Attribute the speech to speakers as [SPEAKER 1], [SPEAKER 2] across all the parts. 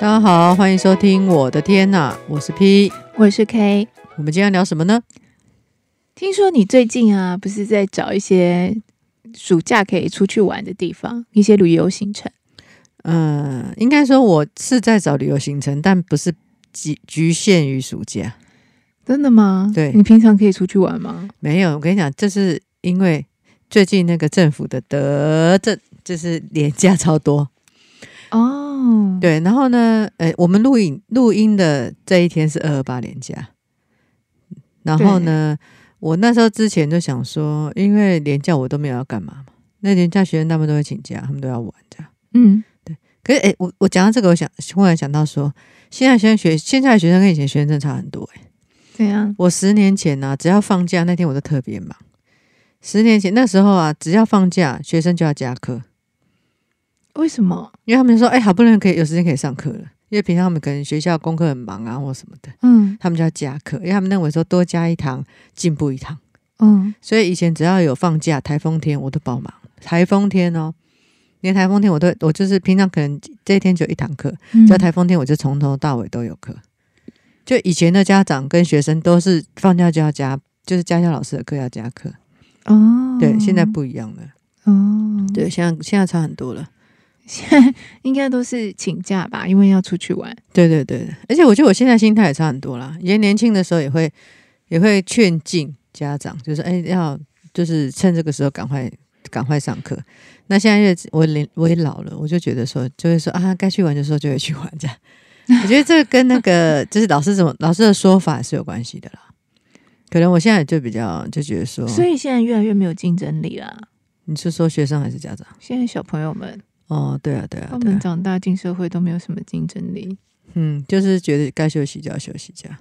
[SPEAKER 1] 家好，欢迎收听《我的天呐、我是 P。
[SPEAKER 2] 我是 K。
[SPEAKER 1] 我们今天聊什么呢？
[SPEAKER 2] 听说你最近啊，不是在找一些暑假可以出去玩的地方，一些旅游行程。
[SPEAKER 1] 嗯，应该说我是在找旅游行程，但不是局局限于暑假。
[SPEAKER 2] 真的吗？
[SPEAKER 1] 对
[SPEAKER 2] 你平常可以出去玩吗？
[SPEAKER 1] 没有，我跟你讲，这是因为最近那个政府的德政就是廉价超多。
[SPEAKER 2] 哦，
[SPEAKER 1] 对，然后呢，呃，我们录影录音的这一天是二二八连假，然后呢，我那时候之前就想说，因为连假我都没有要干嘛嘛，那连假学生他们都会请假，他们都要玩这样。
[SPEAKER 2] 嗯，
[SPEAKER 1] 可是，哎、我我讲到这个，我想忽然想到说，现在学生学现在的学生跟以前学生真的差很多、诶
[SPEAKER 2] 怎样？
[SPEAKER 1] 我十年前呢、只要放假那天我都特别忙。十年前那时候啊，只要放假，学生就要加课，
[SPEAKER 2] 为什么？
[SPEAKER 1] 因为他们说，哎、好不容易可以有时间可以上课了，因为平常他们可能学校功课很忙啊或什么的。
[SPEAKER 2] 嗯
[SPEAKER 1] 他们就要加课，因为他们认为说多加一堂进步一堂。
[SPEAKER 2] 嗯，
[SPEAKER 1] 所以以前只要有放假、台风天，我都爆忙。台风天哦，连台风天我都我就是平常可能这一天只有一堂课，
[SPEAKER 2] 嗯
[SPEAKER 1] 只要台风天我就从头到尾都有课。就以前的家长跟学生都是放假就要加，就是家教老师的课要加课。
[SPEAKER 2] 哦，
[SPEAKER 1] 对，现在不一样了。
[SPEAKER 2] 哦，
[SPEAKER 1] 对，现在现在差很多了。
[SPEAKER 2] 应该都是请假吧，因为要出去玩。
[SPEAKER 1] 对对对，而且我觉得我现在心态也差很多啦。以前年轻的时候也会也会劝进家长，就是哎要就是趁这个时候赶快赶快上课。那现在越我年我也老了，我就觉得说就会说啊该去玩的时候就会去玩这样。 我觉得这个跟那个就是老师怎么老师的说法是有关系的啦。可能我现在就比较就觉得说，
[SPEAKER 2] 所以现在越来越没有竞争力啦。
[SPEAKER 1] 你是说学生还是家长？
[SPEAKER 2] 现在小朋友们，
[SPEAKER 1] 哦，对啊，对啊
[SPEAKER 2] 他，
[SPEAKER 1] 对
[SPEAKER 2] 们
[SPEAKER 1] 啊，
[SPEAKER 2] 长大进社会都没有什么竞争力。
[SPEAKER 1] 嗯，就是觉得该休息就要休息这样。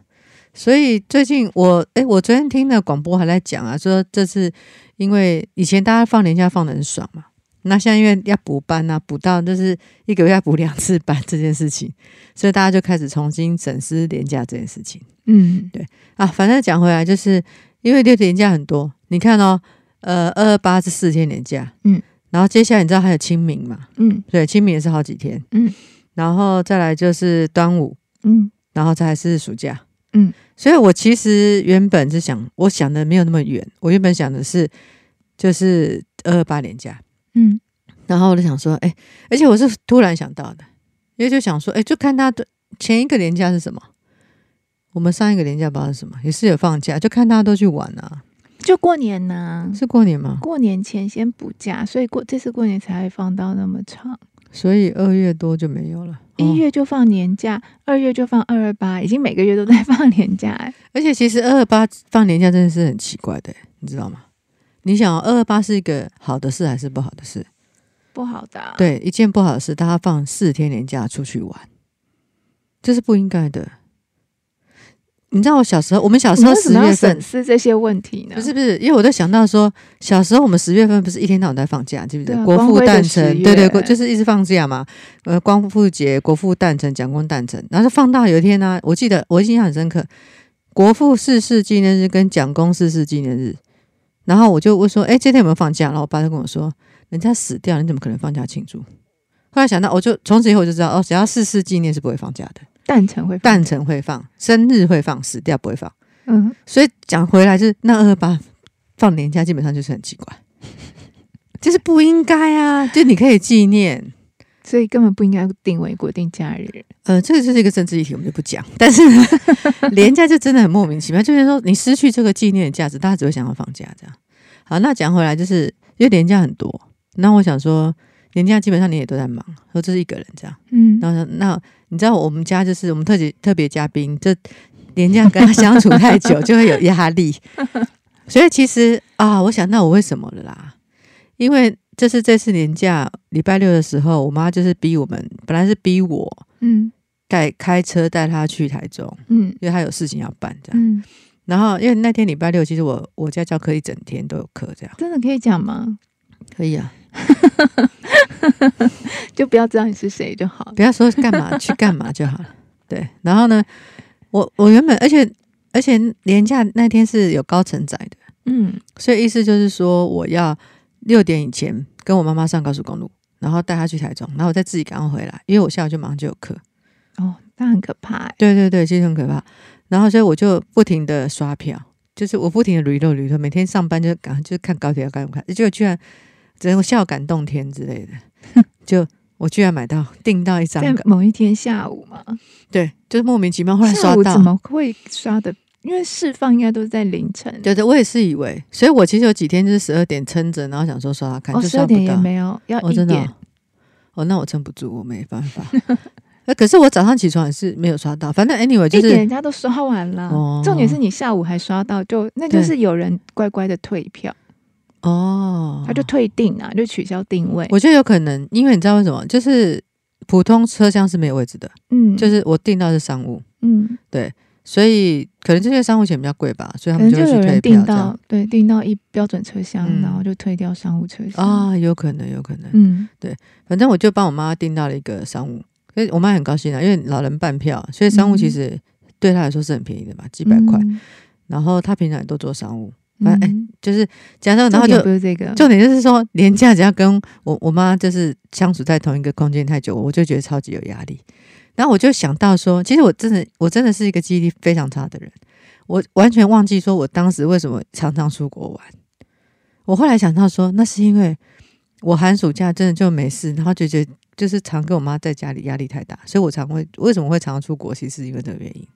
[SPEAKER 1] 所以最近我，哎、我昨天听的广播还在讲啊，说这次因为以前大家放年假放的很爽嘛，那现在因为要补班啊，补到就是一个月要补两次班这件事情，所以大家就开始重新审视年假这件事情
[SPEAKER 2] 嗯，
[SPEAKER 1] 啊。反正讲回来，就是因为六年假很多，你看哦，呃，二二八是四天年假，
[SPEAKER 2] 嗯，
[SPEAKER 1] 然后接下来你知道还有清明嘛，
[SPEAKER 2] 嗯
[SPEAKER 1] 对，清明也是好几天，
[SPEAKER 2] 嗯，
[SPEAKER 1] 然后再来就是端午，
[SPEAKER 2] 嗯
[SPEAKER 1] 然后再来是暑假。
[SPEAKER 2] 嗯，
[SPEAKER 1] 所以我其实原本是想，我想的没有那么远，我原本想的是就是二二八年假，
[SPEAKER 2] 嗯
[SPEAKER 1] 然后我就想说，哎、而且我是突然想到的，因为就想说，哎、就看他的前一个年假是什么。我们上一个年假不知道是什么，也是有放假，就看大家都去玩啊。
[SPEAKER 2] 就过年呐、
[SPEAKER 1] 是过年吗？
[SPEAKER 2] 过年前先补假，所以过这次过年才会放到那么
[SPEAKER 1] 哦
[SPEAKER 2] 长，
[SPEAKER 1] 所以二月多就没有了。
[SPEAKER 2] 一、
[SPEAKER 1] 哦，
[SPEAKER 2] 月就放年假，二月就放二二八，已经每个月都在放年假、哎
[SPEAKER 1] 而且其实二二八放年假真的是很奇怪的、你知道吗？你想哦二二八是一个好的事还是不好的事？
[SPEAKER 2] 不好的、啊。，
[SPEAKER 1] 对，一件不好的事，大家放四天年假出去玩，这是不应该的。你知道我小时候，我们小
[SPEAKER 2] 我
[SPEAKER 1] 时
[SPEAKER 2] 们
[SPEAKER 1] 候
[SPEAKER 2] 为什
[SPEAKER 1] 十
[SPEAKER 2] 么要
[SPEAKER 1] 月
[SPEAKER 2] 审
[SPEAKER 1] 份
[SPEAKER 2] 视这些问题呢？
[SPEAKER 1] 不是不是，因为我在想到说，小时候我们十月份不是一天到晚在放假，记不记
[SPEAKER 2] 对
[SPEAKER 1] 得？
[SPEAKER 2] 啊
[SPEAKER 1] 国
[SPEAKER 2] 光
[SPEAKER 1] 父
[SPEAKER 2] 辉的
[SPEAKER 1] 诞
[SPEAKER 2] 十
[SPEAKER 1] 辰，
[SPEAKER 2] 月
[SPEAKER 1] 对对，国就是一直放假嘛。呃，光复节、国父诞辰、蒋公诞辰，然后就放到有一天呢、我记得我印象很深刻，国父逝世纪念日跟蒋公逝世纪念日。然后我就问说：“哎，这天有没有放假？”然后我爸就跟我说：“人家死掉，你怎么可能放假庆祝？”后来想到，我就从此以后我就知道，哦，只要逝世纪念是不会放假的，
[SPEAKER 2] 诞辰会放
[SPEAKER 1] 诞辰会放，生日会放，死掉不会放。
[SPEAKER 2] 嗯，
[SPEAKER 1] 所以讲回来，就是那二八放年假，基本上就是很奇怪， 就是不应该啊。就你可以纪念，
[SPEAKER 2] 所以根本不应该定为国定假日。
[SPEAKER 1] 呃，这个就是一个政治议题，我们就不讲。但是 廉价就真的很莫名其妙，就是说你失去这个纪念的价值，大家只会想要放假这样。好，那讲回来，就是因为廉价很多，那我想说，廉价基本上你也都在忙，说这是一个人这样。
[SPEAKER 2] 嗯，
[SPEAKER 1] 然后呢那你知道我们家就是我们特别特别嘉宾，就连这样跟他相处太久就会有压力， 所以其实啊，我想到我为什么了啦，因为就是这次年假礼拜六的时候，我妈就是逼我们，本来是逼我
[SPEAKER 2] 嗯
[SPEAKER 1] 带开车带她去台中，
[SPEAKER 2] 嗯
[SPEAKER 1] 因为她有事情要办这样。
[SPEAKER 2] 嗯，
[SPEAKER 1] 然后因为那天礼拜六，其实我我家教课一整天都有课，这样
[SPEAKER 2] 真的可以讲吗？
[SPEAKER 1] 可以啊。
[SPEAKER 2] 就不要知道你是谁就好了。
[SPEAKER 1] 不要说干嘛去干嘛就好了。对，然后呢，我我原本而且而且年假那天是有高承载的，
[SPEAKER 2] 嗯
[SPEAKER 1] 所以意思就是说我要六点以前跟我妈妈上高速公路，然后带她去台中，然后我再自己赶快回来，因为我下午就马上就有课。
[SPEAKER 2] 哦，那很可怕欸。
[SPEAKER 1] 对对对，其实很可怕。然后所以我就不停的刷票，就是我不停的捋溜捋溜，每天上班就赶就是看高铁要赶不赶，结果居然只能笑感动天之类的， 就我居然买到订到一张
[SPEAKER 2] 在
[SPEAKER 1] 稿，
[SPEAKER 2] 某一天下午嘛，
[SPEAKER 1] 对，就是莫名其妙后来
[SPEAKER 2] 下
[SPEAKER 1] 刷
[SPEAKER 2] 午
[SPEAKER 1] 到
[SPEAKER 2] 啊怎，么会刷的？因为释放应该都是在凌晨，
[SPEAKER 1] 对对，我也是以为，所以我其实有几天就是十二点撑着，然后想说刷刷看，
[SPEAKER 2] 哦，
[SPEAKER 1] 就
[SPEAKER 2] 十
[SPEAKER 1] 刷
[SPEAKER 2] 二
[SPEAKER 1] 不
[SPEAKER 2] 点也
[SPEAKER 1] 到，
[SPEAKER 2] 没有，要
[SPEAKER 1] 哦，
[SPEAKER 2] 一
[SPEAKER 1] 真的哦
[SPEAKER 2] 点。，
[SPEAKER 1] 哦，那我撑不住，我没办法。 那可是我早上起床也是没有刷到，反正 anyway 就
[SPEAKER 2] 一点
[SPEAKER 1] 是
[SPEAKER 2] 人家都刷完了，
[SPEAKER 1] 哦
[SPEAKER 2] 重点是你下午还刷到，就那
[SPEAKER 1] 对
[SPEAKER 2] 就是有人乖乖的退票，
[SPEAKER 1] 哦，
[SPEAKER 2] 他就退订啊，就取消定位。
[SPEAKER 1] 我觉得有可能，因为你知道为什么？就是普通车厢是没有位置的，
[SPEAKER 2] 嗯，
[SPEAKER 1] 就是我订到是商务，
[SPEAKER 2] 嗯，
[SPEAKER 1] 所以可能这些商务钱比较贵吧，所以
[SPEAKER 2] 可
[SPEAKER 1] 他们
[SPEAKER 2] 能
[SPEAKER 1] 就
[SPEAKER 2] 就
[SPEAKER 1] 会去
[SPEAKER 2] 有
[SPEAKER 1] 退票
[SPEAKER 2] 人订
[SPEAKER 1] 这样
[SPEAKER 2] 到。对订到一标准车厢，
[SPEAKER 1] 嗯
[SPEAKER 2] 然后就退掉商务车厢。
[SPEAKER 1] 啊，有可能，有可能。
[SPEAKER 2] 嗯，
[SPEAKER 1] 反正我就帮我妈订到了一个商务，所以我妈很高兴啊，因为老人半票，所以商务其实对她来说是很便宜的嘛， 几
[SPEAKER 2] 一
[SPEAKER 1] 百块。然后她平常也都做商务，反正
[SPEAKER 2] 嗯，
[SPEAKER 1] 就是加上，然后
[SPEAKER 2] 重点
[SPEAKER 1] 就
[SPEAKER 2] 不是这个，
[SPEAKER 1] 重点就是说，廉价只要跟我我妈就是相处在同一个空间太久，我就觉得超级有压力。然后我就想到说，其实我真的我真的是一个记忆力非常差的人，我完全忘记说我当时为什么常常出国玩。我后来想到说，那是因为我寒暑假真的就没事，然后就觉得就是常跟我妈在家里压力太大，所以我常会为什么会常常出国，其实是因为这个原因。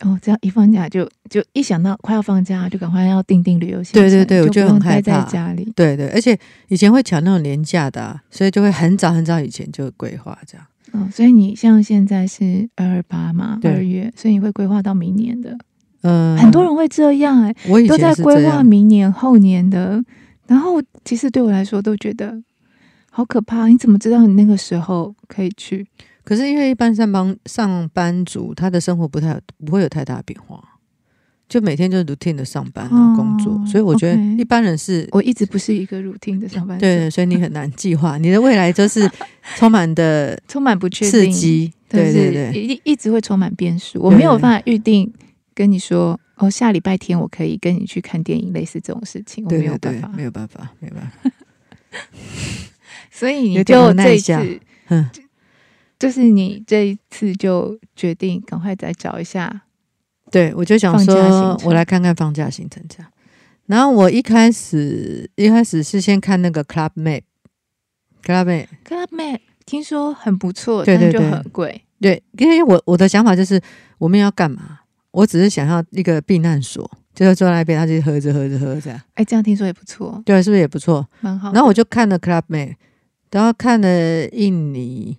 [SPEAKER 2] 哦，这样一放假就就一想到快要放假，就赶快要订订旅游行程，
[SPEAKER 1] 对对对我
[SPEAKER 2] 就
[SPEAKER 1] 就
[SPEAKER 2] 不用
[SPEAKER 1] 很害
[SPEAKER 2] 待在
[SPEAKER 1] 怕
[SPEAKER 2] 家里。
[SPEAKER 1] 对对，而且以前会抢那种廉价的、啊，所以就会很早很早以前就规划这样。
[SPEAKER 2] 嗯，所以你像现在是二二八嘛，
[SPEAKER 1] 对
[SPEAKER 2] 二月，所以你会规划到明年的。
[SPEAKER 1] 嗯，
[SPEAKER 2] 很多人会这样哎、
[SPEAKER 1] 我以
[SPEAKER 2] 都
[SPEAKER 1] 前
[SPEAKER 2] 在
[SPEAKER 1] 是这
[SPEAKER 2] 规划
[SPEAKER 1] 样
[SPEAKER 2] 明年后年的，然后其实对我来说都觉得好可怕。你怎么知道你那个时候可以去？
[SPEAKER 1] 可是因为一般上班上班族，他的生活不太不会有太大的变化，就每天就 routine 的上班啊、
[SPEAKER 2] 哦
[SPEAKER 1] 工作，所以我觉得
[SPEAKER 2] OK
[SPEAKER 1] 一般人是。
[SPEAKER 2] 我一直不是一个 routine 的上班族，
[SPEAKER 1] 对，对，所以你很难计划，你的未来就是充满的
[SPEAKER 2] 充满不 确
[SPEAKER 1] 刺
[SPEAKER 2] 定，
[SPEAKER 1] 激。
[SPEAKER 2] 但
[SPEAKER 1] 对
[SPEAKER 2] 是
[SPEAKER 1] 对对，
[SPEAKER 2] 一一直会充满变数。我
[SPEAKER 1] 对
[SPEAKER 2] 没有办法预定跟你说哦，下礼拜天我可以跟你去看电影，类似这种事情，我
[SPEAKER 1] 对
[SPEAKER 2] 没
[SPEAKER 1] 对
[SPEAKER 2] 有
[SPEAKER 1] 对
[SPEAKER 2] 办，法
[SPEAKER 1] 没。有办法，没有办法。
[SPEAKER 2] 所以你
[SPEAKER 1] 有点
[SPEAKER 2] 就
[SPEAKER 1] 无奈
[SPEAKER 2] 这一
[SPEAKER 1] 下
[SPEAKER 2] 次
[SPEAKER 1] 嗯，
[SPEAKER 2] 就是你这一次就决定赶快再找一下，
[SPEAKER 1] 对，我就想
[SPEAKER 2] 放假
[SPEAKER 1] 说
[SPEAKER 2] 行，程
[SPEAKER 1] 我来看看放假行程这样。然后我一开始一开始是先看那个 Club Map，Club Map，
[SPEAKER 2] Club Med 听说很不错，
[SPEAKER 1] 对对
[SPEAKER 2] 但
[SPEAKER 1] 对
[SPEAKER 2] 就很贵。
[SPEAKER 1] 对，因为我我的想法就是我们要干嘛？我只是想要一个避难所，就是坐在那边，他就喝着喝着喝着这样，
[SPEAKER 2] 哎，这样听说也不错，
[SPEAKER 1] 对，是不是也不错？
[SPEAKER 2] 蛮好的。
[SPEAKER 1] 然后我就看了 Club Man，然后看了印尼，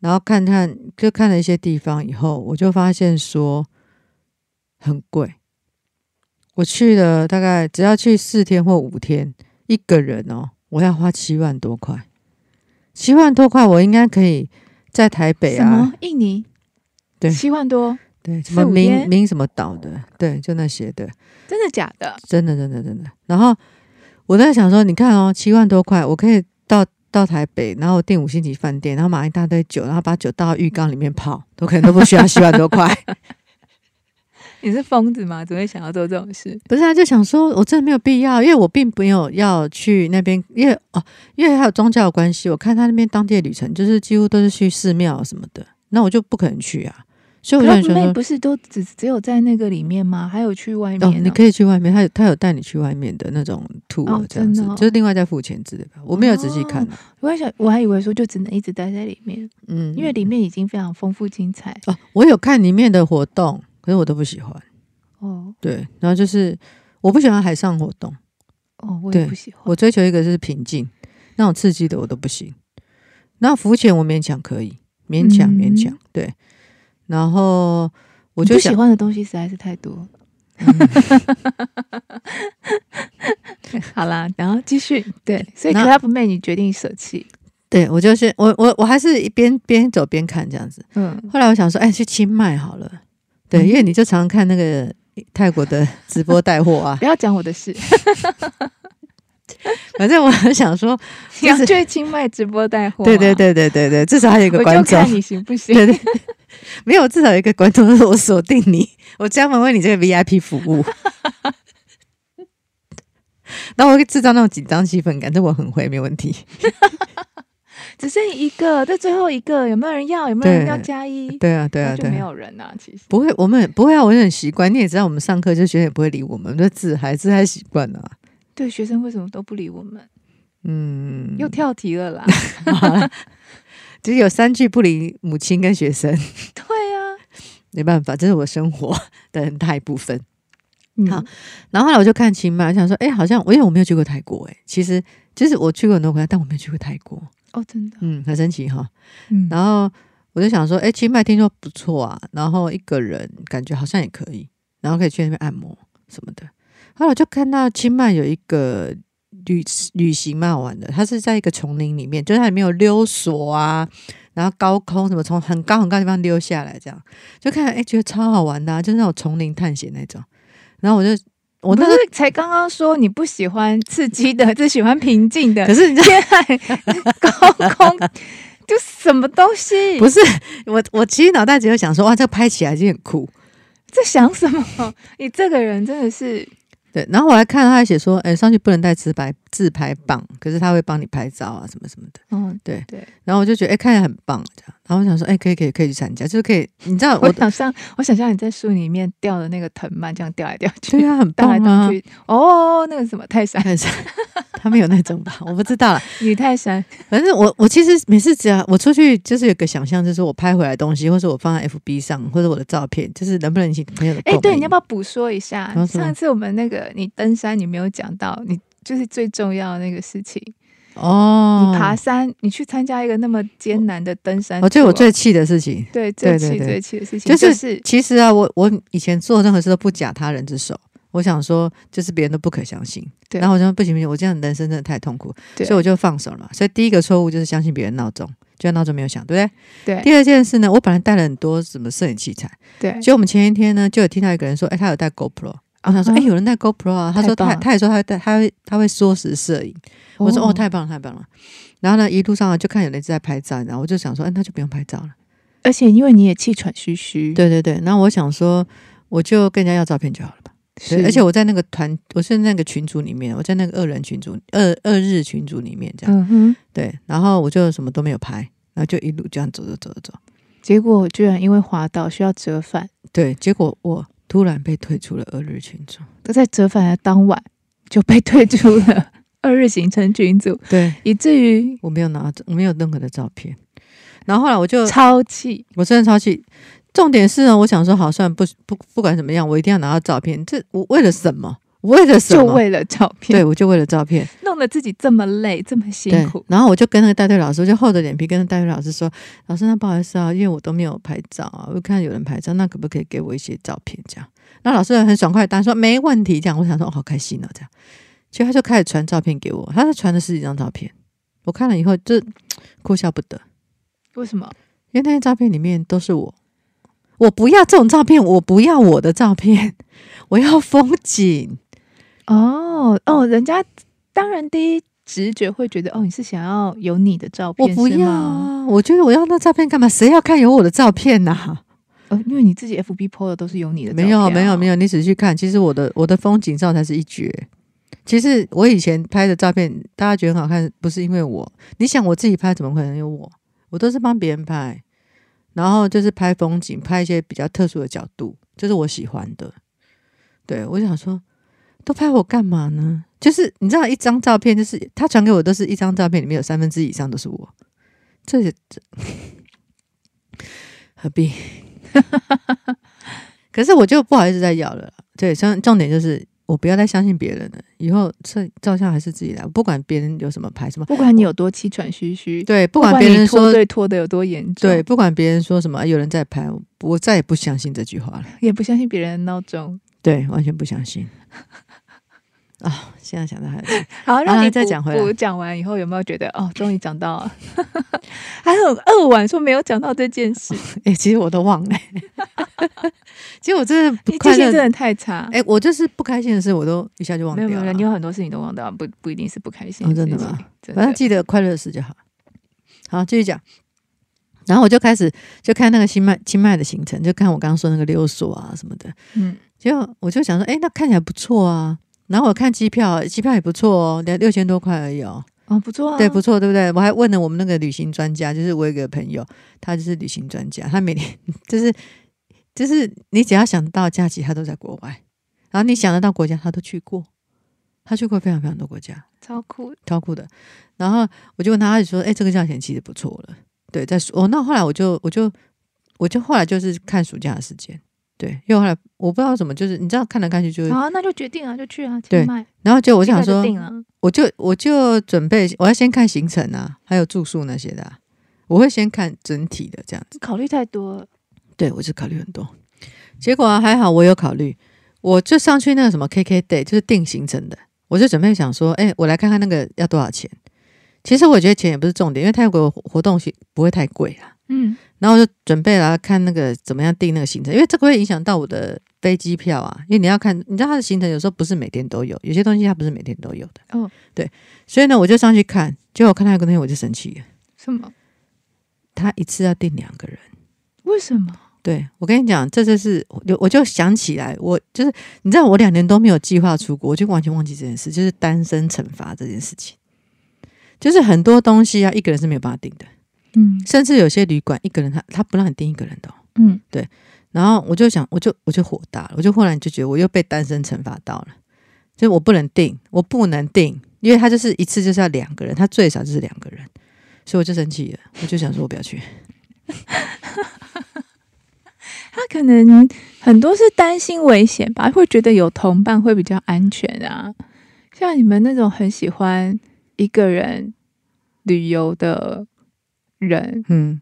[SPEAKER 1] 然后看看就看了一些地方以后，我就发现说很贵。我去了大概只要去四天或五天，一个人哦，我要花七万多块，七万多块我应该可以在台北
[SPEAKER 2] 什
[SPEAKER 1] 啊，
[SPEAKER 2] 么印尼，
[SPEAKER 1] 对
[SPEAKER 2] 七万多，
[SPEAKER 1] 对，什
[SPEAKER 2] 四
[SPEAKER 1] 么
[SPEAKER 2] 五
[SPEAKER 1] 明
[SPEAKER 2] 天
[SPEAKER 1] 明什么岛的，对，就那些的，
[SPEAKER 2] 真的假的？
[SPEAKER 1] 真的真的真的。然后我在想说，你看哦，七万多块，我可以到到台北，然后订五星级饭店，然后买一大堆酒，然后把酒倒到浴缸里面泡，都可能都不需要七万多块。
[SPEAKER 2] 你是疯子吗？怎么会想要做这种事？
[SPEAKER 1] 不是啊，就想说我真的没有必要，因为我并没有要去那边，因为哦，因为还有宗教的关系，我看他那边当地的旅程就是几乎都是去寺庙什么的，那我就不可能去啊。所以我就想
[SPEAKER 2] Club
[SPEAKER 1] 说
[SPEAKER 2] Med 不是都只只有在那个里面吗？还有去外
[SPEAKER 1] 哦，
[SPEAKER 2] 面
[SPEAKER 1] 你
[SPEAKER 2] 呢？
[SPEAKER 1] 可以去外面，他有他有带你去外面的那种 tour、
[SPEAKER 2] 哦
[SPEAKER 1] 这样子，
[SPEAKER 2] 真的哦
[SPEAKER 1] 就是另外再付钱之类吧。我没有仔细看、啊，
[SPEAKER 2] 我还想，我还以为说就只能一直待在里面，
[SPEAKER 1] 嗯，
[SPEAKER 2] 因为里面已经非常丰富精彩
[SPEAKER 1] 哦，我有看里面的活动，可是我都不喜欢。
[SPEAKER 2] 哦
[SPEAKER 1] 对，然后就是我不喜欢海上活动，
[SPEAKER 2] 哦，我也
[SPEAKER 1] 对
[SPEAKER 2] 不喜欢。
[SPEAKER 1] 我追求一个就是平静，那种刺激的我都不行。那浮潜我勉强可以，勉强
[SPEAKER 2] 嗯
[SPEAKER 1] 勉强，对。然后我
[SPEAKER 2] 你
[SPEAKER 1] 就
[SPEAKER 2] 不喜
[SPEAKER 1] 想，嗯
[SPEAKER 2] 欢的东西实在是太多。 好啦，然后继续对，所以
[SPEAKER 1] 那
[SPEAKER 2] Club Med 你决定舍弃，
[SPEAKER 1] 对我就是我我我还是一边边走边看这样子。
[SPEAKER 2] 嗯，
[SPEAKER 1] 后来我想说，哎，去清迈好了。对，
[SPEAKER 2] 嗯
[SPEAKER 1] 因为你就常看那个泰国的直播带货啊
[SPEAKER 2] 不，要讲我的 事，
[SPEAKER 1] 反正我很想说，就
[SPEAKER 2] 讲
[SPEAKER 1] 是
[SPEAKER 2] 去清迈直播带货，
[SPEAKER 1] 对对，对对对对，至少还有一个
[SPEAKER 2] 我
[SPEAKER 1] 观
[SPEAKER 2] 就
[SPEAKER 1] 众
[SPEAKER 2] 看，你行不行？
[SPEAKER 1] 对对，对没有至少有一个观众说我锁定你，我专门为你这个 VIP 服务。然后我会制造那种紧张气氛感，这我很会，没问题。
[SPEAKER 2] 只剩一个，这最后一个有没有人要？有没有人
[SPEAKER 1] 对
[SPEAKER 2] 要加一？
[SPEAKER 1] 对啊，对
[SPEAKER 2] 那
[SPEAKER 1] 啊，
[SPEAKER 2] 就
[SPEAKER 1] 对
[SPEAKER 2] 没
[SPEAKER 1] 啊。
[SPEAKER 2] 有人啊，其实。
[SPEAKER 1] 不会，我们不会啊，我就很习惯。你也知道，我们上课就学生也不会理我们，就自嗨自嗨习惯了啊。
[SPEAKER 2] 对学生为什么都不理我们？
[SPEAKER 1] 嗯，
[SPEAKER 2] 又跳题了啦。
[SPEAKER 1] 其实有三句不离母亲跟学生，
[SPEAKER 2] 对啊呀、
[SPEAKER 1] 没办法，这是我生活 的很大一部分。
[SPEAKER 2] 嗯
[SPEAKER 1] 好，然后后来我就看清迈，想说，哎、好像我因为我没有去过泰国、诶哎，其实其实我去过很多国家，但我没有去过泰国，
[SPEAKER 2] 哦，真的，
[SPEAKER 1] 嗯，很神奇哈。
[SPEAKER 2] 嗯，
[SPEAKER 1] 然后我就想说，哎、清迈听说不错啊，然后一个人感觉好像也可以，然后可以去那边按摩什么的。后来我就看到清迈有一个旅旅行蛮好玩的，它是在一个丛林里面，就是它里面有溜索啊，然后高空什么从很高很高的地方溜下来，这样就看哎、诶觉得超好玩的、啊，就是那种丛林探险那种。然后我就我
[SPEAKER 2] 不
[SPEAKER 1] 那时候
[SPEAKER 2] 是才刚刚说你不喜欢刺激的， 只喜欢平静的
[SPEAKER 1] 可，是你知道。
[SPEAKER 2] 现在 高空就什么东西？
[SPEAKER 1] 不是我，我其实脑袋只有想说，哇，这个拍起来就很酷。
[SPEAKER 2] 在想什么？ 你这个人真的是，
[SPEAKER 1] 对，然后我还看到他还写说，哎、上去不能带自拍自拍棒，可是他会帮你拍照啊，什么什么的。
[SPEAKER 2] 嗯，
[SPEAKER 1] 对
[SPEAKER 2] 对，
[SPEAKER 1] 然后我就觉得，哎、看起来很棒，这样。然后我想说，哎、可以可以可以去参加，就是可以，你知道
[SPEAKER 2] 我
[SPEAKER 1] 我，
[SPEAKER 2] 想象，我想象你在树里面掉的那个藤蔓，这样掉来掉去，
[SPEAKER 1] 对啊，很
[SPEAKER 2] 荡
[SPEAKER 1] 棒
[SPEAKER 2] 来
[SPEAKER 1] 啊
[SPEAKER 2] 荡。去。哦，那个什么泰山，
[SPEAKER 1] 但是他们有那种吧，我不知道啦。
[SPEAKER 2] 女泰山，
[SPEAKER 1] 反正我我其实每次只要我出去，就是有个想象，就是我拍回来的东西，或者我放在 FB 上，或者我的照片，就是能不能引起朋友的共
[SPEAKER 2] 哎、
[SPEAKER 1] 鸣？
[SPEAKER 2] 对，你要不要补说一下
[SPEAKER 1] 然？后什么
[SPEAKER 2] 上次我们那个你登山，你没有讲到，你就是最重要的那个事情。
[SPEAKER 1] 哦，
[SPEAKER 2] 你爬山，你去参加一个那么艰难的登山
[SPEAKER 1] 哦，这是我
[SPEAKER 2] 途啊
[SPEAKER 1] 最气的事情。
[SPEAKER 2] 对
[SPEAKER 1] 对
[SPEAKER 2] 最气
[SPEAKER 1] 对
[SPEAKER 2] 最气的事情，
[SPEAKER 1] 就
[SPEAKER 2] 就是是
[SPEAKER 1] 其实啊，我我以前做任何事都不假他人之手。我想说，就是别人都不可相信。
[SPEAKER 2] 对
[SPEAKER 1] 然后我说不行不行，我这样人生真的太痛苦，
[SPEAKER 2] 对
[SPEAKER 1] 所以我就放手了嘛。所以第一个错误就是相信别人闹钟，就闹钟没有响，对不对？
[SPEAKER 2] 对嗯
[SPEAKER 1] 第二件事呢，我本来带了很多什么摄影器材，
[SPEAKER 2] 对
[SPEAKER 1] 结果我们前一天呢就有听到一个人说，哎，他有带 GoPro。我想说，哎，有人带 GoPro 啊？他说
[SPEAKER 2] 嗯太棒
[SPEAKER 1] 他
[SPEAKER 2] 了
[SPEAKER 1] 他也说他会带，他会他会缩时摄影。我说哦，太棒了太棒了。然后呢，一路上啊就看有人一直在拍照，然后我就想说，哎，那就不用拍照了。
[SPEAKER 2] 而且因为你也气喘吁吁，，
[SPEAKER 1] 对对对，那我想说，我就跟人家要照片就好了吧。对，而且我在那个团，我是那个群组里面，我在那个二人群组、二二日群组里面这样。
[SPEAKER 2] 嗯哼，
[SPEAKER 1] 对，然后我就什么都没有拍，然后就一路这样走走走走走。
[SPEAKER 2] 结果我居然因为滑倒需要折返，
[SPEAKER 1] 对，结果我突然被退出了二日群组。
[SPEAKER 2] 都在折返的当晚就被退出 了二日行程群组，
[SPEAKER 1] 对，
[SPEAKER 2] 以至于
[SPEAKER 1] 我没有拿，我没有任何的照片。然后后来我就，
[SPEAKER 2] 超气。
[SPEAKER 1] 我真的超气。重点是呢，我想说，好，算了不不不管怎么样，我一定要拿到照片。这我为了什么？为了什
[SPEAKER 2] 就
[SPEAKER 1] 么？
[SPEAKER 2] 为了照片，
[SPEAKER 1] 对，我就为了照片。
[SPEAKER 2] 弄得自己这么累，这么
[SPEAKER 1] 对，
[SPEAKER 2] 辛苦，
[SPEAKER 1] 然后我就跟那个带队老师，我就厚着脸皮跟那带队老师说：“老师，那不好意思啊，因为我都没有拍照啊，我看有人拍照，那可不可以给我一些照片？”这样，那老师很爽快地答应说：“没问题。”这样，我想说：“哦，好开心哦。”这样，结果他就开始传照片给我，他就传了十几张照片，我看了以后就哭笑不得，
[SPEAKER 2] 为什么？
[SPEAKER 1] 因为那些照片里面都是我，我不要这种照片，我不要我的照片， 我要风景。
[SPEAKER 2] 哦哦，人家当然第一直觉会觉得，哦，你是想要有你的照
[SPEAKER 1] 我
[SPEAKER 2] 片，
[SPEAKER 1] 不
[SPEAKER 2] 是
[SPEAKER 1] 要
[SPEAKER 2] 吗？
[SPEAKER 1] 啊！我觉得我要那照片干嘛？谁要看有我的照片啊呐、
[SPEAKER 2] 哦，因为你自己 FB PO 的都是有你的照
[SPEAKER 1] 没
[SPEAKER 2] 片啊、
[SPEAKER 1] 有没有没有，你仔细看，其实我的我的风景照才是一绝。其实我以前拍的照片，大家觉得很好看，不是因为我。你想我自己拍，怎么可能有我？我都是帮别人拍，然后就是拍风景，拍一些比较特殊的角度，就是我喜欢的。对我想说，都拍我干嘛呢？就是你知道，一张照片，就是他传给我，都是一张照片里面有三分之一以上都是我，这也这何必？ 可是我就不好意思再要了啦。对，像重点就是我不要再相信别人了，以后摄照相还是自己来，我不管别人有什么拍什么，
[SPEAKER 2] 不管你有多气喘吁吁，
[SPEAKER 1] 对，不
[SPEAKER 2] 不
[SPEAKER 1] 管别人
[SPEAKER 2] 你拖
[SPEAKER 1] 说
[SPEAKER 2] 队拖的有多严重，
[SPEAKER 1] 对，，不管别人说什么，哎有人在拍，我我再也不相信这句话了。
[SPEAKER 2] 也不相信别人的闹钟。
[SPEAKER 1] 对，完全不相信。 啊、现在想到还是
[SPEAKER 2] 好，让你
[SPEAKER 1] 啊再
[SPEAKER 2] 补
[SPEAKER 1] 讲回来
[SPEAKER 2] 补讲完以后，有没有觉得哦，终于讲到 了，还很扼腕说没有讲到这件事，
[SPEAKER 1] 哎、其实我都忘了、 其实我真的不
[SPEAKER 2] 你记
[SPEAKER 1] 快
[SPEAKER 2] 哎性真
[SPEAKER 1] 乐。
[SPEAKER 2] 的太差。
[SPEAKER 1] 哎、我就是不开心的事，我都一下就忘
[SPEAKER 2] 没
[SPEAKER 1] 掉
[SPEAKER 2] 有没有，
[SPEAKER 1] 了。
[SPEAKER 2] 你有很多事情都忘掉，不不一定是不开心
[SPEAKER 1] 哦
[SPEAKER 2] 事
[SPEAKER 1] 真
[SPEAKER 2] 情、
[SPEAKER 1] 的吗
[SPEAKER 2] 真的
[SPEAKER 1] 反正记得快乐的事就好。好，继续讲。然后我就开始就看那个清迈清迈的行程，就看我刚刚说那个溜索啊什么的。
[SPEAKER 2] 嗯，
[SPEAKER 1] 结果我就想说，哎，那看起来不错啊。然后我看机票，机票也不错哦，两六千多块而已哦。
[SPEAKER 2] 哦，不错啊，
[SPEAKER 1] 对，不错，对不对？我还问了我们那个旅行专家，就是我有一个朋友，他就是旅行专家，他每天 就是就是你只要想得到假期，他都在国外，然后你想得到国家，他都去过，他去过非常非常多国家，
[SPEAKER 2] 超酷的，
[SPEAKER 1] 超酷的。然后我就问他，他就说：“哎、这个价钱其实不错了。”对，在暑哦，那后来我就我就我就后来就是看暑假的时间，对，因为后来我不知道怎么，就是你知道看来看去就，
[SPEAKER 2] 好啊，那就决定啊，就去啊，
[SPEAKER 1] 对
[SPEAKER 2] 清迈，
[SPEAKER 1] 然后就我
[SPEAKER 2] 我
[SPEAKER 1] 想说，
[SPEAKER 2] 定了，
[SPEAKER 1] 我就我就准备，我要先看行程啊，还有住宿那些的啊、我会先看整体的这样子。
[SPEAKER 2] 考虑太多了，
[SPEAKER 1] 对我是考虑很多，结果、啊、还好我有考虑，我就上去那个什么 KK Day，就是定行程的，我就准备想说，哎，我来看看那个要多少钱。其实我觉得钱也不是重点，因为泰国活动是不会太贵啦。
[SPEAKER 2] 嗯，
[SPEAKER 1] 然后我就准备来看那个怎么样定那个行程，因为这个会影响到我的飞机票啊。因为你要看，你知道它的行程有时候不是每天都有，有些东西它不是每天都有的。
[SPEAKER 2] 哦，
[SPEAKER 1] 对，所以呢，我就上去看，结果我看到一个东西我就生气了，
[SPEAKER 2] 什么？
[SPEAKER 1] 他一次要订两个人。
[SPEAKER 2] 为什么？
[SPEAKER 1] 对我跟你讲，这就是我我就想起来，我就是你知道，我两年都没有计划出国，我就完全忘记这件事，就是单身惩罚这件事情。就是很多东西啊，一个人是没有办法订的，
[SPEAKER 2] 嗯
[SPEAKER 1] 甚至有些旅馆一个人他他不让你订一个人的哦、
[SPEAKER 2] 嗯，
[SPEAKER 1] 然后我就想，我就我就火大了，我就忽然就觉得我又被单身惩罚到了，就是我不能定，我不能定，因为他就是一次就是要两个人，他最少就是两个人，所以我就生气了，我就想说我不要去。
[SPEAKER 2] 他可能很多是担心危险吧，会觉得有同伴会比较安全啊。像你们那种很喜欢一个人旅游的人，
[SPEAKER 1] 嗯，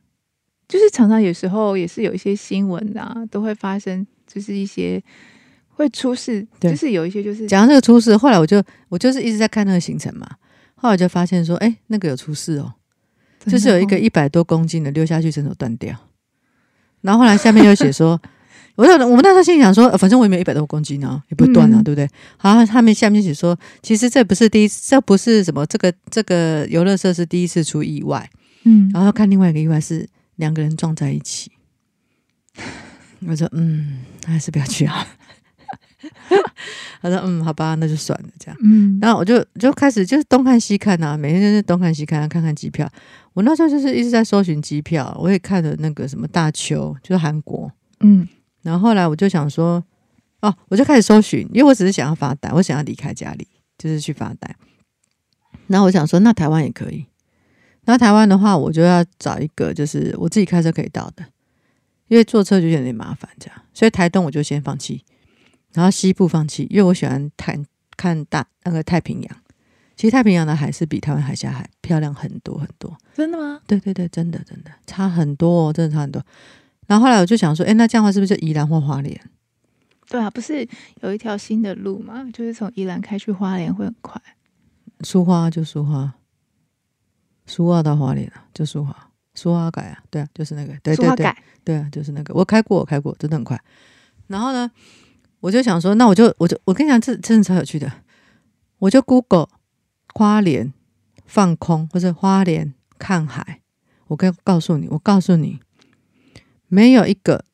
[SPEAKER 2] 就是常常有时候也是有一些新闻啊，都会发生，就是一些会出事，
[SPEAKER 1] 对
[SPEAKER 2] 就是有一些就是
[SPEAKER 1] 讲到这个出事，后来我就我就是一直在看那个行程嘛，后来我就发现说，哎，那个有出事哦，就是有一个一百多公斤的溜下去，伸手断掉。然后后来下面又写说，我那我们那时候心里想说，呃反正我也没有一百多公斤啊，也不会断啊，
[SPEAKER 2] 嗯
[SPEAKER 1] 对不对？然后他们下面写说，其实这不是第一次，这不是什么这个这个游乐设施第一次出意外。
[SPEAKER 2] 嗯，
[SPEAKER 1] 然后看另外一个意外是两个人撞在一起。我说嗯，还是不要去好了。 他说嗯，好吧，那就算了这样。
[SPEAKER 2] 嗯，
[SPEAKER 1] 然后我就就开始就是东看西看啊，每天就是东看西看、啊，看看机票。我那时候就是一直在搜寻机票，我也看了那个什么大邱，就是韩国。
[SPEAKER 2] 嗯
[SPEAKER 1] 然后后来我就想说，哦，我就开始搜寻，因为我只是想要发呆，我想要离开家里，就是去发呆。然后我想说，那台湾也可以。那台湾的话，我就要找一个就是我自己开车可以到的，因为坐车就有点麻烦，这样。所以台东我就先放弃，然后西部放弃，因为我喜欢看看大那个太平洋。其实太平洋的海是比台湾海峡海漂亮很多很多。
[SPEAKER 2] 真的吗？
[SPEAKER 1] 对对对，真的真的差很多、哦，真的差很多。然后后来我就想说，哎，那这样的话是不是就宜兰或花莲？
[SPEAKER 2] 对啊，不是有一条新的路嘛，就是从宜兰开去花莲会很快。
[SPEAKER 1] 苏花就苏花，苏澳到花莲啊，就苏花，苏花改啊，对啊，就是那个，对
[SPEAKER 2] 苏
[SPEAKER 1] 对
[SPEAKER 2] 花
[SPEAKER 1] 对
[SPEAKER 2] 改，
[SPEAKER 1] 对啊，就是那个，我开过，我开过，真的很快。然后呢，我就想说，那我就我就我跟你讲，这真的超有趣的，我就 Google 花莲放空或者花莲看海，我跟告诉你，我告诉你，没有一个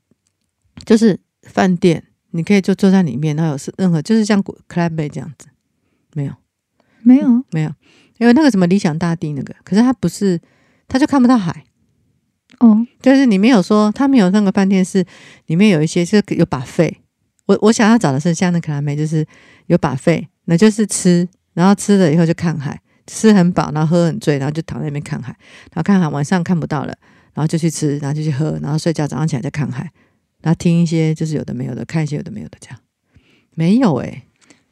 [SPEAKER 1] 就是饭店，你可以就坐在里面，然后有是任何就是像 Club Bay 这样子，没有。
[SPEAKER 2] 没有，
[SPEAKER 1] 没有，因为那个什么理想大地那个，可是它不是，它就看不到海，
[SPEAKER 2] 哦，
[SPEAKER 1] 就是里面有说，它没有那个饭店是里面有一些是有把费。我我想要找的是像那克拉妹，就是有把费，那就是吃，然后吃了以后就看海，吃很饱，然后喝很醉，然后就躺在那边看海，然后看海晚上看不到了，然后就去吃，然后就去喝，然后睡觉，早上起来再看海，然后听一些就是有的没有的，看一些有的没有的这样。没有诶、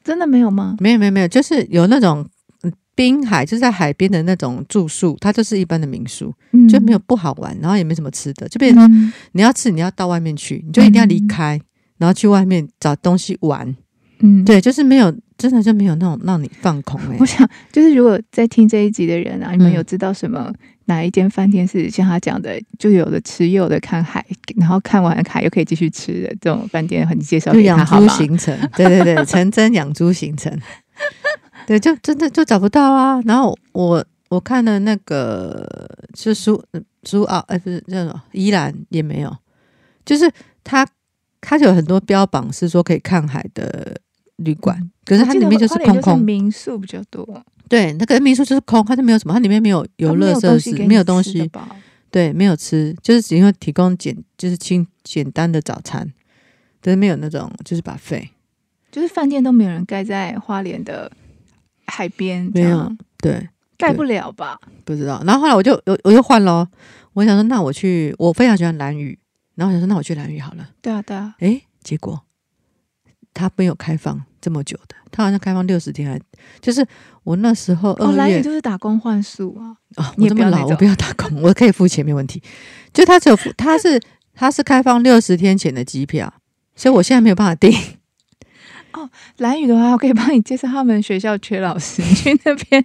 [SPEAKER 2] 真的没有吗？
[SPEAKER 1] 没有没有没有，就是有那种嗯滨海，就是在海边的那种住宿，它就是一般的民宿，
[SPEAKER 2] 嗯
[SPEAKER 1] 就没有不好玩，然后也没什么吃的，就变成说
[SPEAKER 2] 嗯
[SPEAKER 1] 你要吃，你要到外面去，你就一定要离开，然后去外面找东西玩。
[SPEAKER 2] 嗯，
[SPEAKER 1] 对，就是没有，真的就没有那种让你放空哎、
[SPEAKER 2] 我想，就是如果在听这一集的人啊，你们
[SPEAKER 1] 嗯
[SPEAKER 2] 有知道什么、哪一间饭店是像他讲的，就有的吃，又有的看海，然后看完海又可以继续吃的这种饭店，很介绍
[SPEAKER 1] 就
[SPEAKER 2] 给他
[SPEAKER 1] 养
[SPEAKER 2] 好
[SPEAKER 1] 猪
[SPEAKER 2] 吗？
[SPEAKER 1] 行程，对对对，成真养猪行 程，对，就真的就找不到啊。然后我我看了那个是苏苏澳，哎、不是叫什么宜兰也没有，就是它它有很多标榜是说可以看海的旅馆，可是它
[SPEAKER 2] 嗯我记
[SPEAKER 1] 里
[SPEAKER 2] 得
[SPEAKER 1] 面就是
[SPEAKER 2] 花莲
[SPEAKER 1] 空空，
[SPEAKER 2] 民宿比较多，
[SPEAKER 1] 对，那个民宿就是空，它就没有什么，它里面没有游乐设施，没有东西，对，没有吃，就是只有提供简就是轻简单的早餐，但是没有那种就是把费，
[SPEAKER 2] 就是饭店都没有人盖在花莲的海边，
[SPEAKER 1] 没
[SPEAKER 2] 这
[SPEAKER 1] 有
[SPEAKER 2] 样，
[SPEAKER 1] 对，
[SPEAKER 2] 盖不了吧？
[SPEAKER 1] 不知道。然后后来我就我我又换咯，我想说那我去，我非常喜欢蓝屿，然后我想说那我去蓝屿好了，
[SPEAKER 2] 对啊，对啊，
[SPEAKER 1] 诶，结果它没有开放这么久的，它好像开放六十天还，就是我那时候
[SPEAKER 2] 哦，
[SPEAKER 1] 二
[SPEAKER 2] 蓝
[SPEAKER 1] 月
[SPEAKER 2] 屿就是打工换宿啊，
[SPEAKER 1] 啊，我
[SPEAKER 2] 你也
[SPEAKER 1] 这
[SPEAKER 2] 不
[SPEAKER 1] 么
[SPEAKER 2] 要那
[SPEAKER 1] 老，我
[SPEAKER 2] 种
[SPEAKER 1] 不要打工，我可以付钱没问题。就他只有付，他是他是开放六十天前的机票，所以我现在没有办法订。
[SPEAKER 2] 蓝屿的话，我可以帮你介绍他们学校缺老师， 你去那边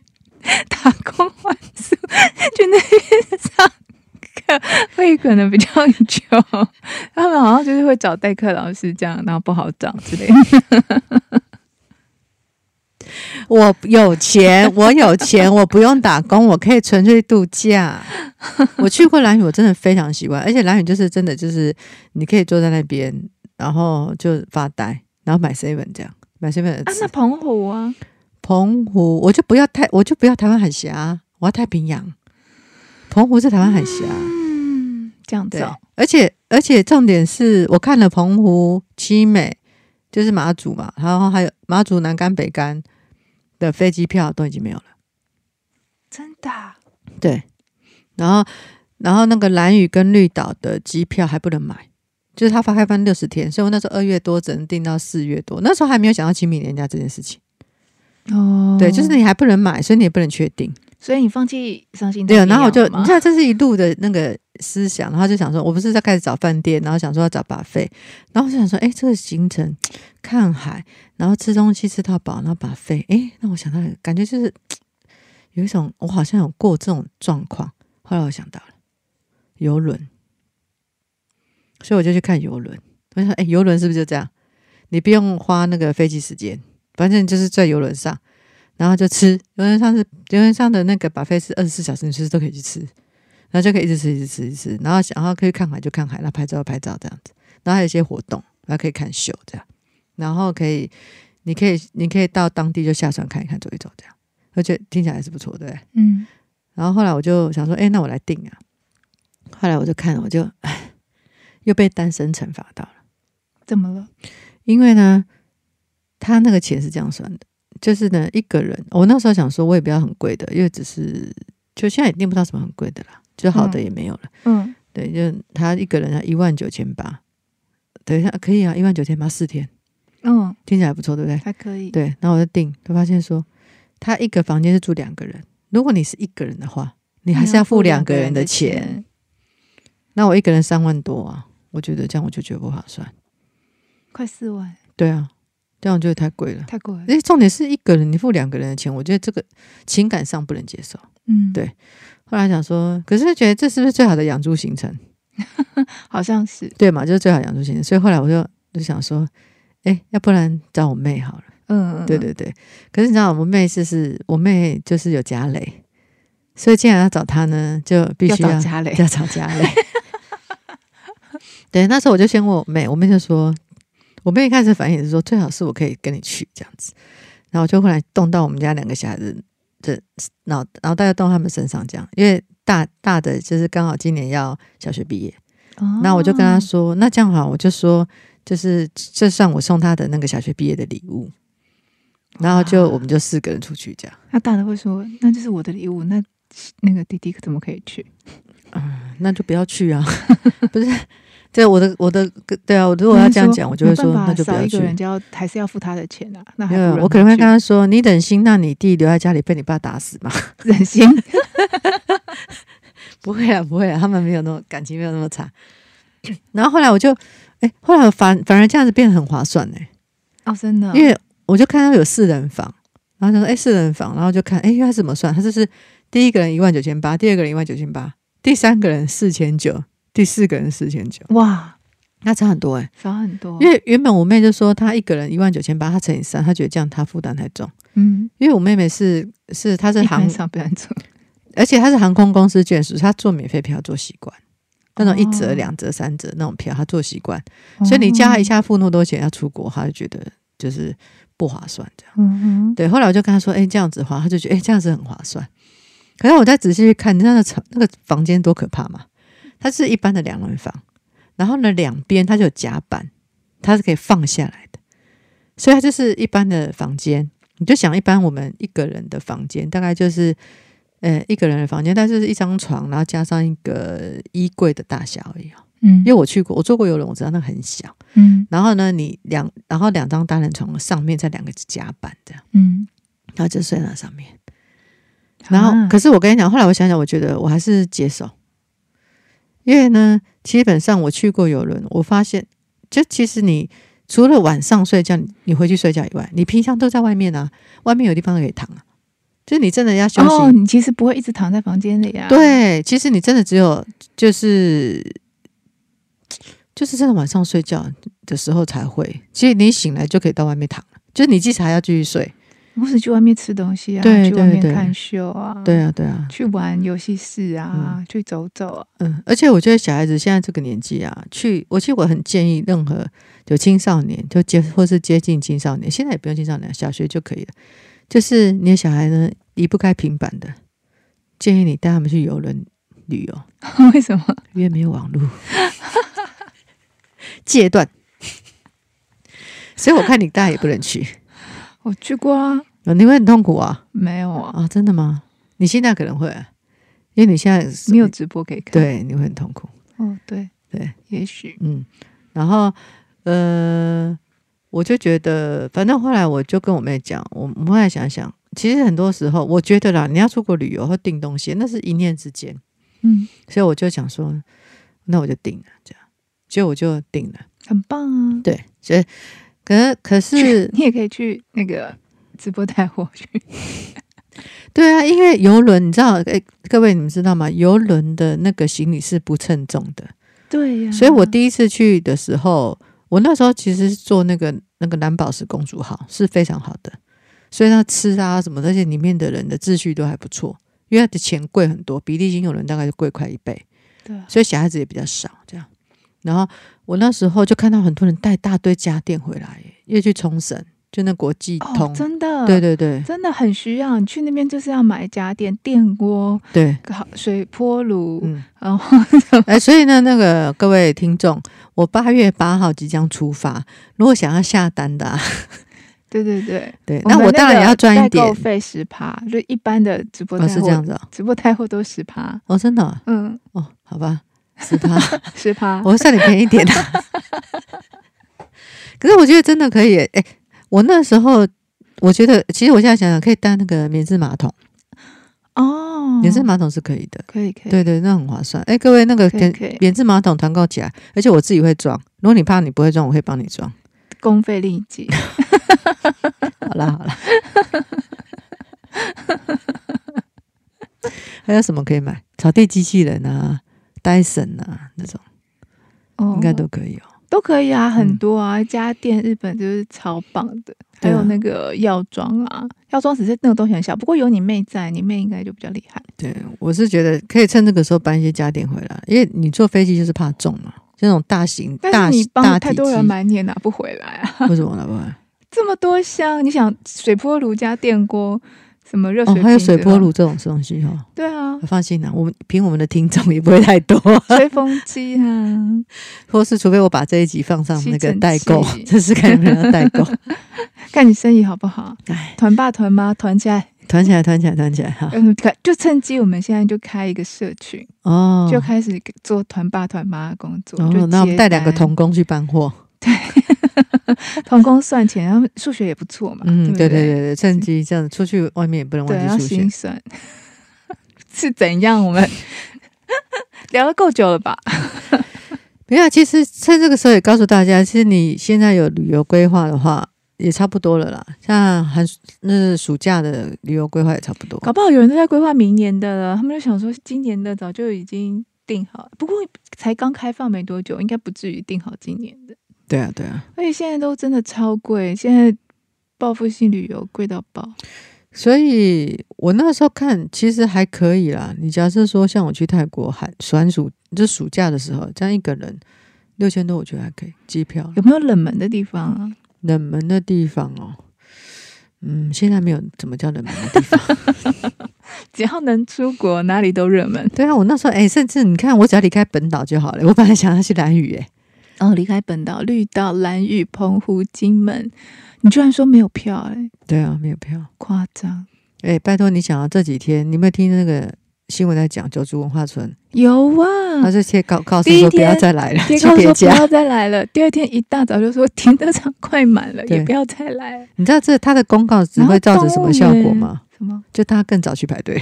[SPEAKER 2] 打工换宿，去那边上课会可能比较久。他们好像就是会找代课老师这样，然后不好找之类的。
[SPEAKER 1] 我有钱，我有钱，我不用打工，我可以纯粹度假。我去过蓝屿，我真的非常喜欢，而且蓝屿就是真的就是你可以坐在那边，然后就发呆，然后买 seven 这样，买 seven
[SPEAKER 2] 啊，
[SPEAKER 1] 吃。
[SPEAKER 2] 那澎湖啊，
[SPEAKER 1] 澎湖我就不要太，我就不要台湾海峡，啊我要太平洋。澎湖是台湾海峡。啊
[SPEAKER 2] 嗯，这样子、
[SPEAKER 1] 对
[SPEAKER 2] 哦，，
[SPEAKER 1] 啊而且而且重点是我看了澎湖、七美，就是马祖嘛，然后还有马祖南竿、北竿的飞机票都已经没有了。
[SPEAKER 2] 真的啊、
[SPEAKER 1] 对，然后然后那个蓝屿跟绿岛的机票还不能买，就是它发开放六十天，所以我那时候二月多只能订到四月多，那时候还没有想到清明年假这件事情。
[SPEAKER 2] 哦
[SPEAKER 1] 对，就是，你还不能买，所以你也不能确定。
[SPEAKER 2] 所以你放弃伤心
[SPEAKER 1] 对，啊
[SPEAKER 2] 太平
[SPEAKER 1] 然后我就
[SPEAKER 2] 洋了
[SPEAKER 1] 你
[SPEAKER 2] 吗
[SPEAKER 1] 知道这是一路的那个思想，然后就想说，我不是在开始找饭店，然后想说要找把费，然后就想说，哎，这个行程看海，然后吃东西吃到饱，然后把费，哎，那我想到感觉就是有一种我好像有过这种状况，后来我想到了游轮，所以我就去看游轮，我想，哎，游轮是不是就这样？你不用花那个飞机时间，反正就是在游轮上。然后就吃。游轮上是游轮上的那个 buffet 是二十四小时，你随时都可以去吃，然后就可以一直吃，一直吃，一直吃。然后想要可以看海就看海，那拍照就拍照这样子。然后还有一些活动，然后可以看秀这样，然后可以，你可以，你可以到当地就下船看一看，走一走这样。而且听起来还是不错，对不对。
[SPEAKER 2] 嗯，
[SPEAKER 1] 然后后来我就想说，哎，那我来定啊。后来我就看，我就 唉，又被单身惩罚到了。
[SPEAKER 2] 怎么了？
[SPEAKER 1] 因为呢，他那个钱是这样算的，就是呢，一个人，我那时候想说，我也不要很贵的，因为只是就现在也订不到什么很贵的啦，就好的
[SPEAKER 2] 嗯
[SPEAKER 1] 也没有了。
[SPEAKER 2] 嗯，
[SPEAKER 1] 对，就他一个人要一万九千八，等一下可以啊，一万九千八四天，
[SPEAKER 2] 嗯，
[SPEAKER 1] 听起来不错，对不对？
[SPEAKER 2] 还可以，
[SPEAKER 1] 对，然后我就订，就发现说，他一个房间是住两个人，如果你是一个人的话，你
[SPEAKER 2] 你
[SPEAKER 1] 还是要付两
[SPEAKER 2] 两
[SPEAKER 1] 个人的钱。，那我一个人三万多啊，我觉得这样我就觉得不划算。
[SPEAKER 2] 快四万，
[SPEAKER 1] 对啊，这样我觉得太贵了。
[SPEAKER 2] 太贵了，
[SPEAKER 1] 而且重点是一个人，你付两个人的钱，我觉得这个情感上不能接受。
[SPEAKER 2] 嗯，
[SPEAKER 1] 对后来想说，可是觉得这是不是最好的养猪行程？
[SPEAKER 2] 好像是，
[SPEAKER 1] 对嘛，就是最好的养猪行程。所以后来我就就想说，哎，要不然找我妹好了。
[SPEAKER 2] 嗯，
[SPEAKER 1] 对，对对。可是你知道，我妹就是我妹就是有家累，所以既然要找她呢，就必
[SPEAKER 2] 要
[SPEAKER 1] 须要
[SPEAKER 2] 找家嘞，
[SPEAKER 1] 要找家累。 对，那时候我就先问我妹，我妹就说，我妹一开始反应也是说，最好是我可以跟你去这样子，然后就后来动到我们家两个小孩子的脑脑袋，动到他们身上这样，因为大大的就是刚好今年要小学毕业，那我就跟她
[SPEAKER 2] 哦
[SPEAKER 1] 说，那这样好，我就说，就是这算我送她的那个小学毕业的礼物，然后就
[SPEAKER 2] 哇
[SPEAKER 1] 我们就四个人出去这样，
[SPEAKER 2] 那大的会说，那就是我的礼物，那那个弟弟怎么可以去？
[SPEAKER 1] 那就不要去啊， 不是。对我的我的对啊，我如果要这样讲，我就会说
[SPEAKER 2] 没办法
[SPEAKER 1] 那就不
[SPEAKER 2] 少
[SPEAKER 1] 要
[SPEAKER 2] 一
[SPEAKER 1] 去
[SPEAKER 2] 个。人就要还是要付他的钱啊，那还
[SPEAKER 1] 没
[SPEAKER 2] 不
[SPEAKER 1] 有，
[SPEAKER 2] 如
[SPEAKER 1] 我可能会跟他说：“你忍心让你弟留在家里被你爸打死吗
[SPEAKER 2] 他忍心，？”
[SPEAKER 1] 不会啊，不会啊，他们没有那么感情，没有那么差。然后后来我就，哎、后来我反反而这样子变得很划算呢、
[SPEAKER 2] 哦，真的，
[SPEAKER 1] 因为我就看到有四人房，然后就说：“哎、四人房。”然后就看，哎、他怎么算？他就是第一个人一万九千八，第二个人一万九千八，第三个人四千九，第四个人四千九，
[SPEAKER 2] 哦哇，
[SPEAKER 1] 那差很多哎、
[SPEAKER 2] 少很多，
[SPEAKER 1] 因为原本我妹就说她一个人一万九千八，她乘以三，她觉得这样她负担太重。
[SPEAKER 2] 嗯，
[SPEAKER 1] 因为我妹妹是是她是
[SPEAKER 2] 一
[SPEAKER 1] 航
[SPEAKER 2] 般上不能做，
[SPEAKER 1] 而且他是航空公司眷属，他做免费票做习惯，那种一折、
[SPEAKER 2] 哦
[SPEAKER 1] 两折、三折那种票，他做习惯，所以你叫他一下付那么多钱要出国，他就觉得就是不划算这样。
[SPEAKER 2] 嗯哼，
[SPEAKER 1] 对，后来我就跟他说，哎、这样子划，他就觉得哎、这样子很划算。可是我再仔细去看，你知道那床那个房间多可怕吗？它是一般的两人房，然后呢两边它就有夹板，它是可以放下来的，所以它就是一般的房间。你就想一般我们一个人的房间，大概就是呃一个人的房间，但是是一张床，然后加上一个衣柜的大小而已哦。
[SPEAKER 2] 嗯
[SPEAKER 1] 因为我去过，我坐过游轮，我知道那个很小。
[SPEAKER 2] 嗯
[SPEAKER 1] 然后呢，你两然后两张单人床上面再两个夹板这样，
[SPEAKER 2] 嗯，
[SPEAKER 1] 然后就睡在那上面。然后，
[SPEAKER 2] 啊
[SPEAKER 1] 可是我跟你讲，后来我想想，我觉得我还是接受，因为呢，基本上我去过游轮，我发现，就其实你除了晚上睡觉，你回去睡觉以外，你平常都在外面啊，外面有地方可以躺啊，就是你真的要休息，
[SPEAKER 2] 哦，你其实不会一直躺在房间里啊。，
[SPEAKER 1] 对，其实你真的只有就是就是真的晚上睡觉的时候才会，其实你醒来就可以到外面躺了，就是你即使还要继续睡，
[SPEAKER 2] 不是去外面吃东西啊，
[SPEAKER 1] 对
[SPEAKER 2] 去外
[SPEAKER 1] 对对
[SPEAKER 2] 面看秀啊，
[SPEAKER 1] 对啊，对啊，
[SPEAKER 2] 去玩游戏室啊，去走走啊。
[SPEAKER 1] 嗯，而且我觉得小孩子现在这个年纪啊，去，我其实我很建议任何有青少年，就接或是接近青少年，现在也不用青少年，小学就可以了。就是你的小孩呢离不开平板的，建议你带他们去游轮旅游，
[SPEAKER 2] 啊 为什么？
[SPEAKER 1] 因为没有网络，戒断。所以我看你大概也不能去，
[SPEAKER 2] 我去过啊，
[SPEAKER 1] 你会很痛苦啊
[SPEAKER 2] 没有啊，
[SPEAKER 1] 啊！真的吗？你现在可能会啊，因为你现在是
[SPEAKER 2] 没有直播可以看。，
[SPEAKER 1] 对，你会很痛苦。
[SPEAKER 2] 哦，对
[SPEAKER 1] 对，
[SPEAKER 2] 也许
[SPEAKER 1] 嗯，然后呃，我就觉得，反正后来我就跟我妹讲，我我们后来想想，其实很多时候，我觉得啦，你要出国旅游或订东西，那是一念之间，
[SPEAKER 2] 嗯，
[SPEAKER 1] 所以我就想说，那我就订了，这样，结果我就订了，
[SPEAKER 2] 很棒啊。
[SPEAKER 1] 对，所以可是可是
[SPEAKER 2] 你也可以去那个直播带我去。
[SPEAKER 1] 对啊，因为游轮，你知道，哎，各位你们知道吗？游轮的那个行李是不称重的，
[SPEAKER 2] 对呀、
[SPEAKER 1] 所以我第一次去的时候，我那时候其实是坐那个那个蓝宝石公主号是非常好的，所以它吃啊什么那些里面的人的秩序都还不错，因为它的钱贵很多，比利新有人大概就贵快一倍，
[SPEAKER 2] 对啊，
[SPEAKER 1] 所以小孩子也比较少这样。然后我那时候就看到很多人带大堆家电回来，因为去冲绳就那国际通，
[SPEAKER 2] 哦，真的，
[SPEAKER 1] 对对对
[SPEAKER 2] 真的很需要。你去那边就是要买家电、电锅、
[SPEAKER 1] 对，
[SPEAKER 2] 烤水波炉，
[SPEAKER 1] 嗯。
[SPEAKER 2] 然后什么
[SPEAKER 1] 哎，所以呢，那个各位听众，我八月八号即将出发，如果想要下单的、啊，
[SPEAKER 2] 对对对。
[SPEAKER 1] 对，
[SPEAKER 2] 们
[SPEAKER 1] 那我当然也要赚
[SPEAKER 2] 那
[SPEAKER 1] 一
[SPEAKER 2] 个
[SPEAKER 1] 点
[SPEAKER 2] 代购，费十趴，就一般的直播带
[SPEAKER 1] 哦，
[SPEAKER 2] 货、
[SPEAKER 1] 是这样，子哦，
[SPEAKER 2] 直播带货都十趴，
[SPEAKER 1] 哦，真的哦
[SPEAKER 2] 嗯，
[SPEAKER 1] 哦，好吧，是他，
[SPEAKER 2] 十趴。
[SPEAKER 1] 我算你便宜一点的、 可是我觉得真的可以耶，哎、我那时候我觉得，其实我现在想想，可以带那个免治马桶，
[SPEAKER 2] 哦，
[SPEAKER 1] 免治马桶是可以的，
[SPEAKER 2] 可以可以，
[SPEAKER 1] 对对，那很划算。哎、各位那个
[SPEAKER 2] 可以
[SPEAKER 1] 免
[SPEAKER 2] 可以
[SPEAKER 1] 免治马桶团购起来，而且我自己会装，如果你怕你不会装，我会帮你装。
[SPEAKER 2] 公费另一集。
[SPEAKER 1] 好啦好啦， 还有什么可以买？草地机器人啊，戴森啊，那种
[SPEAKER 2] 哦
[SPEAKER 1] 应该都可以哦。
[SPEAKER 2] 都可以啊，很多啊，家电日本就是超棒的，还
[SPEAKER 1] 对啊
[SPEAKER 2] 有那个药妆啊，药妆只是那个东西很小，不过有你妹在，你妹应该就比较厉害。
[SPEAKER 1] 对，我是觉得可以趁这个时候搬一些家电回来，因为你坐飞机就是怕重嘛，这种大型
[SPEAKER 2] 但
[SPEAKER 1] 大
[SPEAKER 2] 是你
[SPEAKER 1] 大
[SPEAKER 2] 帮
[SPEAKER 1] 体
[SPEAKER 2] 太
[SPEAKER 1] 积
[SPEAKER 2] 多人，买，你也拿不回来啊，
[SPEAKER 1] 为什么 拿不来？
[SPEAKER 2] 这么多箱，你想水波炉加电锅，什么热水
[SPEAKER 1] 哦，
[SPEAKER 2] 瓶、啊
[SPEAKER 1] 还有水波，炉这种东西哈、哦，
[SPEAKER 2] 对啊，
[SPEAKER 1] 放心啦、我们凭我们的听众也不会太多，
[SPEAKER 2] 吹风机啊，
[SPEAKER 1] 或是除非我把这一集放上那个代购
[SPEAKER 2] 吸尘，器
[SPEAKER 1] 这是看有没有人要代购。
[SPEAKER 2] 看你生意好不好，
[SPEAKER 1] 哎，
[SPEAKER 2] 团爸团妈团起来，
[SPEAKER 1] 团起来，团起来，团起来 哈！
[SPEAKER 2] 嗯，可就趁机我们现在就开一个社群，
[SPEAKER 1] 哦，
[SPEAKER 2] 就开始做团爸团妈的工作，就
[SPEAKER 1] 哦，那我们
[SPEAKER 2] 接
[SPEAKER 1] 带两个
[SPEAKER 2] 单
[SPEAKER 1] 童工去搬货。
[SPEAKER 2] 童工算钱，然后数学也不错嘛。
[SPEAKER 1] 嗯，
[SPEAKER 2] 不
[SPEAKER 1] 对对
[SPEAKER 2] 对
[SPEAKER 1] 对对，趁机这样出去外面也不能
[SPEAKER 2] 对，要
[SPEAKER 1] 忘记数学
[SPEAKER 2] 心。算 是怎样？我们 聊得够久了吧？
[SPEAKER 1] 没有啊，其实趁这个时候也告诉大家，其实你现在有旅游规划的话，也差不多了啦。像寒暑那暑假的旅游规划也差不多。
[SPEAKER 2] 搞不好有人都在规划明年的了，他们就想说今年的早就已经定好了，不过才刚开放没多久，应该不至于定好今年的。
[SPEAKER 1] 对啊，对啊。
[SPEAKER 2] 而且现在都真的超贵，现在报复性旅游贵到爆。
[SPEAKER 1] 所以我那时候看，其实还可以啦。你假设说像我去泰国寒暑暑就暑假的时候，这样一个人六千多，我觉得还可以。机票
[SPEAKER 2] 有没有冷门的地方啊？
[SPEAKER 1] 冷门的地方哦，嗯，现在没有怎么叫冷门的地方。
[SPEAKER 2] 只要能出国，哪里都热门。
[SPEAKER 1] 对啊，我那时候哎、甚至你看，我只要离开本岛就好了。我本来想要去蓝屿，哎，
[SPEAKER 2] 哦，离开本岛，绿岛、蓝屿、澎湖、金门，你居然说没有票、哎，
[SPEAKER 1] 对啊，没有票。
[SPEAKER 2] 夸张！
[SPEAKER 1] 哎、拜托你想啊，这几天你有没有听那个新闻在讲九族文化村？
[SPEAKER 2] 有
[SPEAKER 1] 他
[SPEAKER 2] 啊，
[SPEAKER 1] 就贴告告诉
[SPEAKER 2] 第一
[SPEAKER 1] 说不要
[SPEAKER 2] 天
[SPEAKER 1] 再来了，
[SPEAKER 2] 别
[SPEAKER 1] 去
[SPEAKER 2] 告诉
[SPEAKER 1] 别
[SPEAKER 2] 我不
[SPEAKER 1] 家。
[SPEAKER 2] 要再来了。第二天一大早就说停车场快满了，
[SPEAKER 1] 对
[SPEAKER 2] 也不要再来了。
[SPEAKER 1] 你知道这他的公告只
[SPEAKER 2] 然后
[SPEAKER 1] 会造成什么效
[SPEAKER 2] 动
[SPEAKER 1] 果
[SPEAKER 2] 物园
[SPEAKER 1] 吗？
[SPEAKER 2] 什么
[SPEAKER 1] 就大家更早去排队，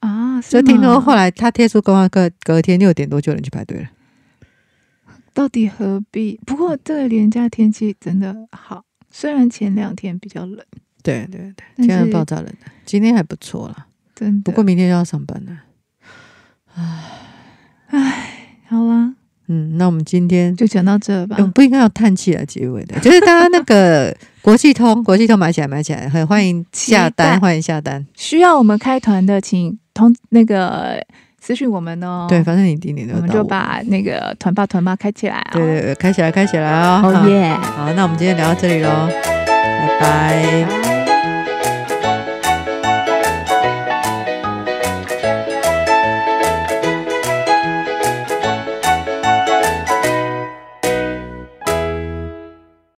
[SPEAKER 2] 啊？是
[SPEAKER 1] 所以听
[SPEAKER 2] 吗
[SPEAKER 1] 说后来他贴出公告，隔隔天六点多就有人去排队了。
[SPEAKER 2] 到底何必？不过这个廉价天气真的好，虽然前两天比较冷，
[SPEAKER 1] 对对对，
[SPEAKER 2] 但
[SPEAKER 1] 天然
[SPEAKER 2] 是
[SPEAKER 1] 爆炸冷的，今天还不错啦，
[SPEAKER 2] 真的。
[SPEAKER 1] 不过明天就要上班了。
[SPEAKER 2] 好啦，
[SPEAKER 1] 嗯，那我们今天
[SPEAKER 2] 就讲到这吧
[SPEAKER 1] 我。们不应该要叹气来结尾的，就是大家那个国际通，国际通买起来，买起来，很欢迎下
[SPEAKER 2] 期
[SPEAKER 1] 单，
[SPEAKER 2] 待
[SPEAKER 1] 欢迎下单。
[SPEAKER 2] 需要我们开团的，请通那个私讯我们哦。
[SPEAKER 1] 对，，反正你定点
[SPEAKER 2] 我
[SPEAKER 1] 都
[SPEAKER 2] 们
[SPEAKER 1] 到
[SPEAKER 2] 就
[SPEAKER 1] 我。
[SPEAKER 2] 把那个团爸团妈开起来啊、
[SPEAKER 1] 对对对，开起来，开起来哦！
[SPEAKER 2] 哦耶！
[SPEAKER 1] 好，那我们今天聊到这里喽，拜拜
[SPEAKER 2] 拜